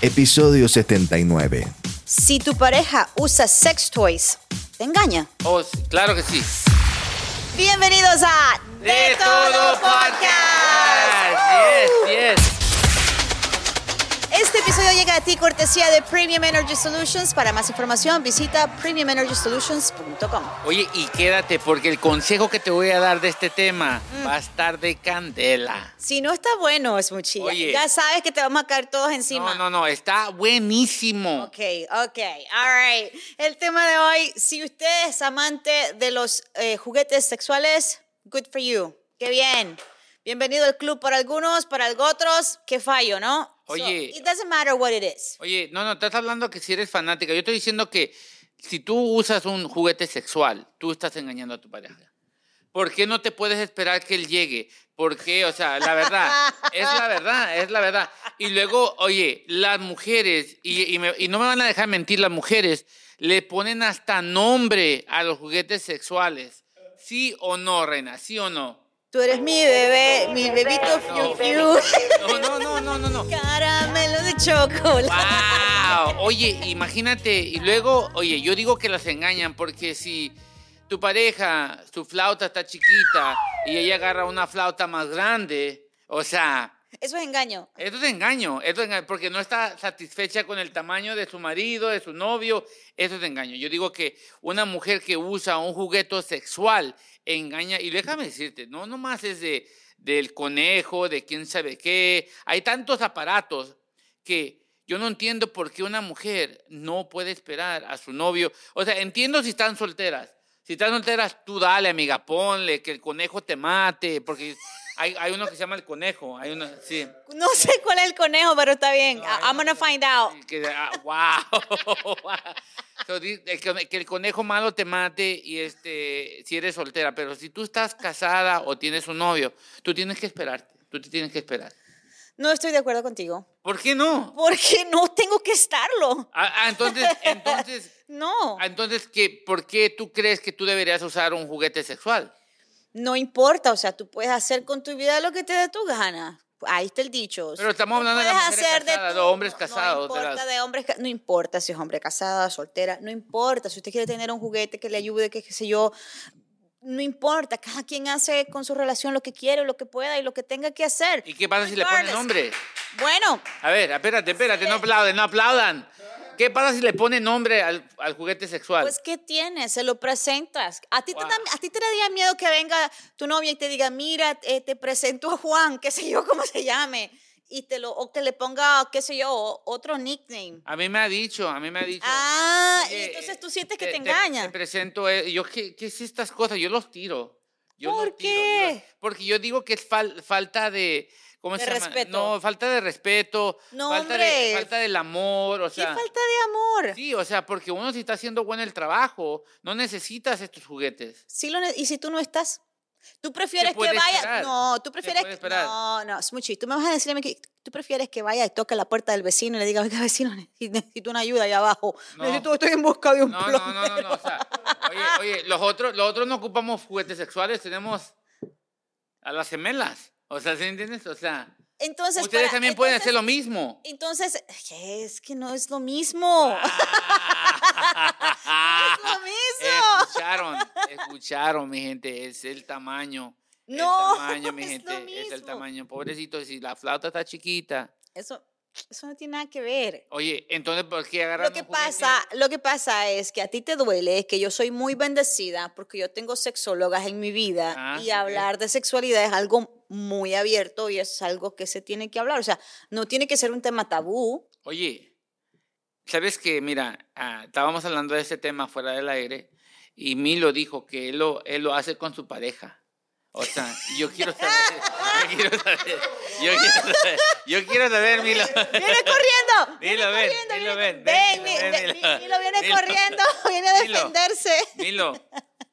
Episodio 79. Si tu pareja usa sex toys, te engaña. Oh, sí, claro que sí. Bienvenidos a De, Todo, Podcast. Yes, yes. Este episodio llega a ti cortesía de Premium Energy Solutions. Para más información visita premiumenergysolutions.com. Oye, y quédate porque el consejo que te voy a dar de este tema Mm. va a estar de candela. Si no está bueno, es muchilla. Oye. Ya sabes que te vamos a caer todos encima. No, no, no, está buenísimo. Ok, ok, all right. El tema de hoy, si usted es amante de los eh, juguetes sexuales, good for you. Qué bien. Bienvenido al club para algunos, para otros, qué fallo, ¿no? Oye. it doesn't matter what it is. Oye, no, no, estás hablando que si eres fanática. Yo estoy diciendo que si tú usas un juguete sexual, tú estás engañando a tu pareja. ¿Por qué no te puedes esperar que él llegue? Porque, o sea, la verdad, es la verdad, es la verdad. Y luego, oye, las mujeres, y, y me- y no me van a dejar mentir, las mujeres le ponen hasta nombre a los juguetes sexuales. ¿Sí o no, Reina? ¿Sí o no? Tú eres mi bebé, mi bebito fiu No. fiu. No, no, no, no, no, no. Caramelo de chocolate. ¡Wow! Oye, imagínate, y luego, oye, yo digo que las engañan porque si tu pareja, su flauta está chiquita y ella agarra una flauta más grande, o sea, Eso es engaño. esto es engaño, esto es engaño, porque no está satisfecha con el tamaño de su marido, de su novio, eso es engaño. Yo digo que una mujer que usa un juguete sexual engaña, y déjame decirte, no nomás es de, del conejo, de quién sabe qué, hay tantos aparatos que yo no entiendo por qué una mujer no puede esperar a su novio. O sea, entiendo si están solteras. Si están solteras, tú dale, amiga, ponle, que el conejo te mate, porque hay, hay uno que se llama el conejo, hay uno, sí. No sé cuál es el conejo, pero está bien. I- I'm gonna find out. Que, ah, wow. So, di- el que, que el conejo malo te mate y este, si eres soltera, pero si tú estás casada o tienes un novio, tú tienes que esperarte, tú te tienes que esperar. No estoy de acuerdo contigo. ¿Por qué no? Porque no tengo que estarlo. Ah, ah, entonces, entonces, No. ah, entonces ¿qué, ¿por qué tú crees que tú deberías usar un juguete sexual? No importa, o sea, tú puedes hacer con tu vida lo que te dé tu gana. Ahí está el dicho. Pero estamos Tú hablando de las puedes mujeres hacer casadas, tu- de hombres no- casados, No de importa, las- de hombres ca- no importa si es hombre casada, soltera, no importa. Si usted quiere tener un juguete que le ayude, que qué sé yo, no importa. Cada quien hace con su relación lo que quiere, lo que pueda y lo que tenga que hacer. ¿Y qué pasa si le ponen Regardless. nombre? Bueno, A ver, espérate, espérate, no aplauden, no aplaudan. ¿Qué pasa si le ponen nombre al, al juguete sexual? Pues, ¿qué tienes? Se lo presentas. A ti, Wow. te, da- a ti te daría miedo que venga tu novia y te diga, mira, eh, te presento a Juan, qué sé yo, cómo se llame, y te lo, o que le ponga, qué sé yo, o- otro nickname. A mí me ha dicho, a mí me ha dicho. Ah, y Ah, Oye, entonces eh, tú sientes que te, Te engañan. presento, eh, yo, ¿qué, qué es estas cosas? Yo los tiro. Yo ¿Por los tiro, yo los- qué? porque yo digo que es fal- falta de... ¿Cómo De se llama? respeto. No, falta de respeto. No, falta hombre. De, falta del amor, o Qué sea... falta de amor. Sí, o sea, porque uno si está haciendo bueno el trabajo, no necesitas estos juguetes. Sí lo ne- y si tú no estás, tú prefieres que puede vaya. esperar, No, tú se prefieres. puede que- esperar. No, no, Smuchi, tú me vas a decirme que tú prefieres que vaya y toque la puerta del vecino y le diga, oiga, vecino, neces- necesito una ayuda allá abajo. No. Necesito, estoy en busca de un No, no, no, no, no, o sea, oye, oye, los otros, los otros no ocupamos juguetes sexuales, tenemos a las gemelas. O sea, ¿sí entiendes? O sea, Entonces, ustedes para- también pueden entonces- hacer lo mismo. Entonces, es que no es lo mismo. Ah. es lo Este mismo. Escucharon, escucharon, mi gente, es el tamaño. No, el tamaño, mi es gente, lo es el mismo. tamaño. Pobrecito, si la flauta está chiquita. Eso, eso no tiene nada que ver. Oye, entonces, ¿por qué agarran Lo que, un juguete? pasa, lo que pasa es que a ti te duele, es que yo soy muy bendecida porque yo tengo sexólogas en mi vida Ah, y ok. hablar de sexualidad es algo muy abierto y es algo que se tiene que hablar. O sea, no tiene que ser un tema tabú. Oye, ¿sabes qué? Mira, ah, estábamos hablando de este tema fuera del aire y Milo dijo que él lo, él lo hace con su pareja. O sea, yo quiero saber, yo quiero saber, yo quiero saber, yo quiero saber, Milo. ¡Viene corriendo! ¡Viene Dilo, ven, corriendo! dilo, viene- ven, ¡Ven! dilo, ven, ven, dilo. Milo viene Dilo. corriendo, viene a Dilo. defenderse. Milo,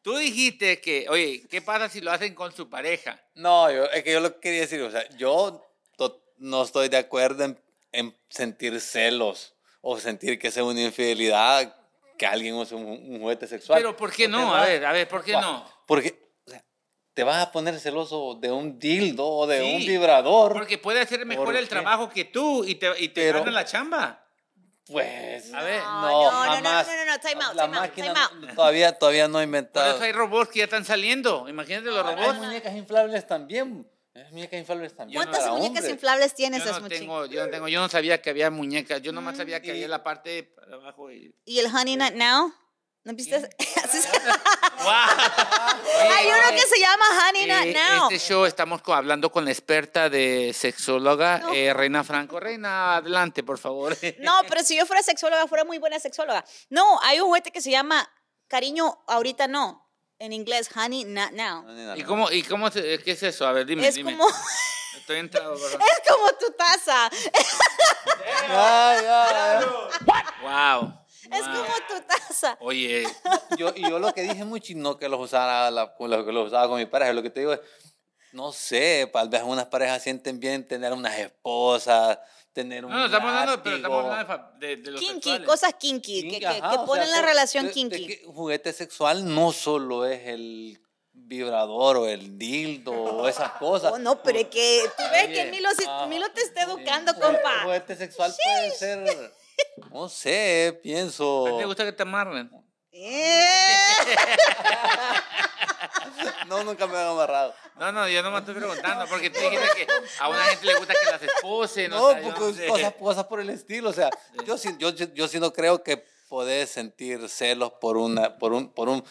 tú dijiste que, oye, ¿qué pasa si lo hacen con su pareja? No, yo, es que yo lo que quería decir, o sea, yo to- no estoy de acuerdo en, en sentir celos o sentir que sea una infidelidad que alguien use un, un juguete sexual. Pero ¿por qué no? A Porque va- ver, a ver, ¿por qué va- no? Porque o sea, te vas a poner celoso de un dildo o de un Sí, vibrador. Porque puede hacer mejor ¿Por el qué? trabajo que tú y te, y te Pero- gana la chamba. Pues, A ver. no, No, no, no, jamás. no, no, no, time out, La time out, máquina time todavía, todavía no ha Por inventado. eso hay robots que ya están saliendo. Imagínate los Hay robots. muñecas inflables también. Hay muñecas inflables también. ¿Cuántas para muñecas hombres. inflables tienes, Yo no, Asmuchi? tengo, yo no tengo, yo no sabía que había muñecas. Yo nomás sabía que y- había la parte de para abajo. Y... ¿Y el Honey Nut Now? ¿No viste? Así se- Hay Hay uno que se llama Honey Nut Now. Este show estamos co- hablando con la experta de sexóloga, No. eh, Reina Franco. Reina, adelante, por favor. No, pero si yo fuera sexóloga, fuera muy buena sexóloga. No, hay un juguete que se llama Cariño, ahorita no. En inglés, Honey Not Now. No, ni nada. ¿Y cómo, y cómo se- qué es eso? A ver, Ah, dime, Es dime. como, Estoy entrado. perdón. es como tu taza. Ay, ay, ay. Wow. Es como tu taza. Oye, Yo, y yo lo que dije mucho, no que los usara la- con los que los usaba con mi pareja, lo que te digo es, no sé, tal vez algunas parejas sienten bien tener unas esposas, tener un no, no estamos hablando, pero estamos látigo. hablando de fa- de, de los Kinky, sexuales. cosas kinky, que, que, Ajá, que o sea, ponen la por- relación de- de kinky. que juguete sexual no solo es el vibrador o el dildo o esas cosas. Oh, no, pero es que tú ves que Oye, Milo, se- ah, Milo te está educando, Sí, El compa. juguete sexual puede ser, no sé, ¿A pienso. ti ¿Te gusta que te amarren? Eh, No, nunca me han amarrado. No, no, yo no me estoy preguntando, porque tú dijiste que a una gente le gusta que las esposen. o No, sea, yo porque sé. cosas, pues, cosas por el estilo. O sea, yo sí, yo, yo, yo sí no creo que podés sentir celos por una, por un, por un,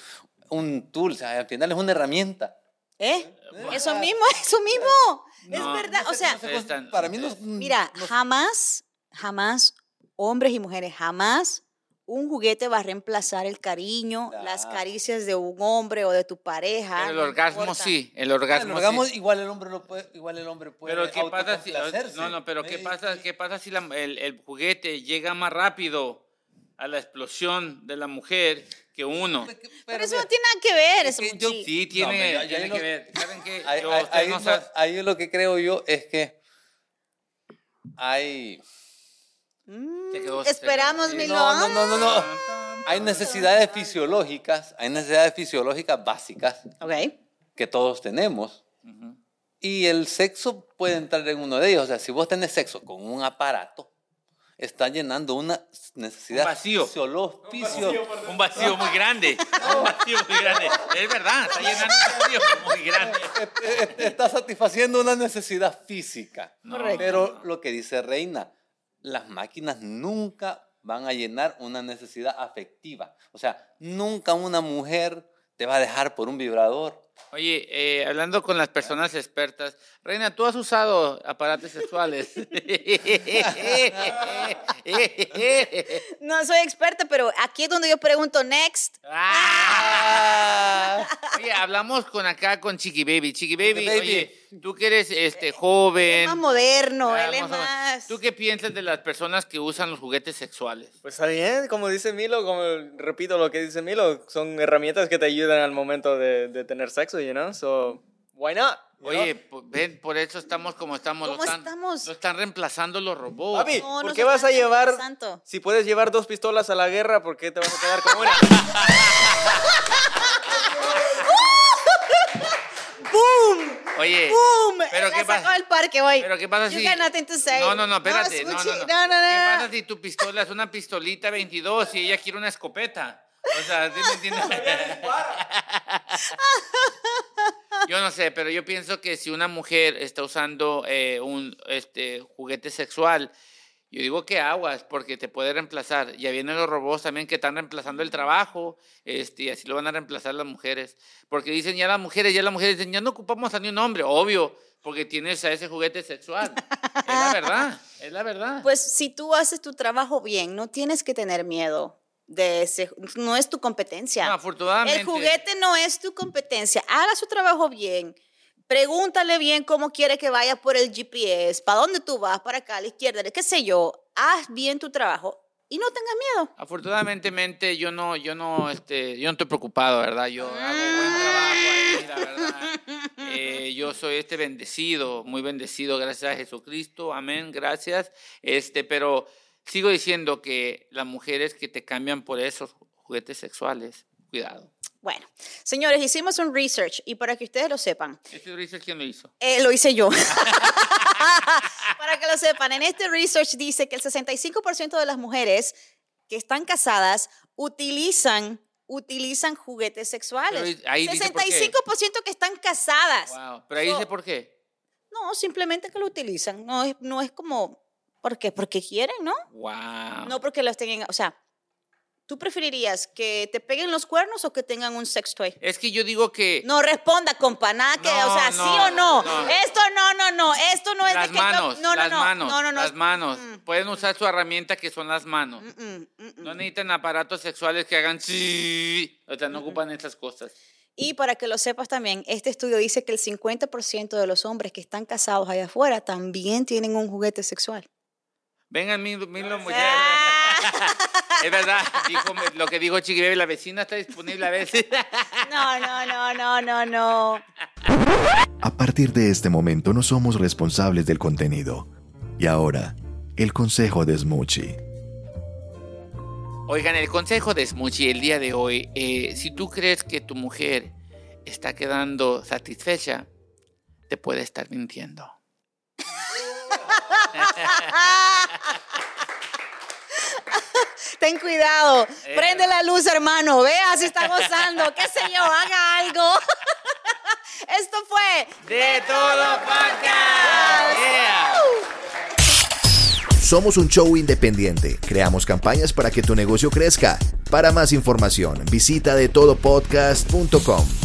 un tool. O sea, al final es una herramienta. ¿Eh? Eso mismo, eso mismo. No, es verdad, no o sé sea, cómo Ustedes están- Para mí no es- Mira, jamás, jamás, hombres y mujeres, jamás un juguete va a reemplazar el cariño, Claro. las caricias de un hombre o de tu pareja. Pero el no orgasmo importa. sí, el orgasmo, el orgasmo, sí. igual el hombre lo puede, igual el hombre puede Pero qué pasa si autocomplacerse. no, no, pero qué Eh, pasa, qué pasa si la- el, el juguete llega más rápido a la explosión de la mujer que uno. Pero, Pero eso no mira, tiene nada que ver, Es eso que muchi- yo- Sí, No, tiene, pero ya- ya tiene no- que ver. ¿Saben qué? ahí- Yo, ahí- ustedes ahí no no- saben- ahí lo que creo yo es que hay, Mm, Te quedó- te esperamos, quedó- mi No, no, no, no, no. hay necesidades fisiológicas, hay necesidades fisiológicas básicas Ok. que todos tenemos. Y el sexo puede entrar en uno de ellos. O sea, si vos tenés sexo con un aparato, está llenando una necesidad Un vacío. fisiolo- fisio- Un vacío muy grande. Un vacío muy grande. Es verdad, está llenando un vacío muy grande. Eh, eh, está satisfaciendo una necesidad física. No, Correcto. Pero lo que dice Reina, las máquinas nunca van a llenar una necesidad afectiva. O sea, nunca una mujer te va a dejar por un vibrador. Oye, eh, hablando con las personas expertas, Reina, ¿tú has usado aparatos sexuales? No soy experta, pero aquí es donde yo pregunto next. Ah. Oye, hablamos con acá con Chiqui Baby. Chiqui Baby, Chiqui Baby. oye, tú que eres este Es joven. más moderno, Ah, él es vamos a ver. más. ¿Tú qué piensas de las personas que usan los juguetes sexuales? Pues está bien, como dice Milo, como repito lo que dice Milo, son herramientas que te ayudan al momento de, de tener sexo, you know? So, why not? you know? Oye, po- ven, por eso estamos como estamos. ¿Cómo lo están, estamos? lo están reemplazando los robots. Papi, No, ¿por no qué se vas a trata de llevar, santo. si puedes llevar dos pistolas a la guerra, por qué te vas a quedar con una? ¡Boom! Oye, ¡Boom! pero La qué sacó pasa- del parque, güey. Pero qué pasa si You got nothing to say. No, no, no, espérate. No, no, Smoochie, no. no, no, no, ¿Qué no. pasa si tu pistola es una pistolita 22 y ella quiere una escopeta? O sea, ¿sí me entiendes? Yo no sé, pero yo pienso que si una mujer está usando eh, un este, juguete sexual, yo digo que aguas, porque te puede reemplazar. Ya vienen los robots también que están reemplazando el trabajo, este, y así lo van a reemplazar las mujeres. Porque dicen ya las mujeres, ya las mujeres dicen, ya no ocupamos a ni un hombre, obvio, porque tienes a ese juguete sexual. es la verdad, es la verdad. Pues si tú haces tu trabajo bien, no tienes que tener miedo de ese, no es tu competencia. No, afortunadamente. El juguete no es tu competencia. Haga su trabajo bien. Pregúntale bien cómo quiere que vaya por el GPS, para dónde tú vas, para acá, a la izquierda, qué sé yo. Haz bien tu trabajo y no tengas miedo. Afortunadamente yo no, yo no, este, yo no estoy preocupado, ¿verdad? Yo hago buen trabajo ahí, la verdad. Eh, yo soy este bendecido, muy bendecido, gracias a Jesucristo, amén, gracias. Este, pero sigo diciendo que las mujeres que te cambian por esos juguetes sexuales, cuidado. Bueno, señores, hicimos un research y para que ustedes lo sepan, Este research, ¿quién lo hizo? eh, lo hice yo. para que lo sepan, en este research dice que el 65% de las mujeres que están casadas utilizan utilizan juguetes sexuales. Pero ahí dice por qué. 65% que están casadas. Wow. Pero ahí So- dice por qué. No, simplemente que lo utilizan. No es, no es como, ¿por qué? Porque quieren, ¿no? Wow. No porque los tengan, o sea, ¿tú preferirías que te peguen los cuernos o que tengan un sex toy? Es que yo digo que No responda, compa, nada que, o No, sea, Eh, no, sí o no. no. Esto no, no, no, esto no es las de que yo- manos, no, no, las no, manos, no, no, no. las manos. Mm, Pueden usar su herramienta que son las manos. mm, mm, mm, mm. No necesitan aparatos sexuales que hagan sí. O sea, no ocupan estas cosas. Y para que lo sepas también, este estudio dice que el 50% de los hombres que están casados allá afuera también tienen un juguete sexual. Vengan mil, mil los mujeres. Ah, Es verdad, dijo- lo que dijo Chiquibebe, la vecina está disponible a veces. no, no, no, no, no, no. A partir de este momento no somos responsables del contenido. Y ahora, el consejo de Smoochie. Oigan, el consejo de Smoochie el día de hoy, eh, si tú crees que tu mujer está quedando satisfecha, te puede estar mintiendo. Ten cuidado. Eh. Prende la luz, hermano. Vea si está gozando. Qué sé yo, haga algo. Esto fue ¡De todo podcast! Somos un show independiente. Creamos campañas para que tu negocio crezca. Para más información, visita de todopodcast.com.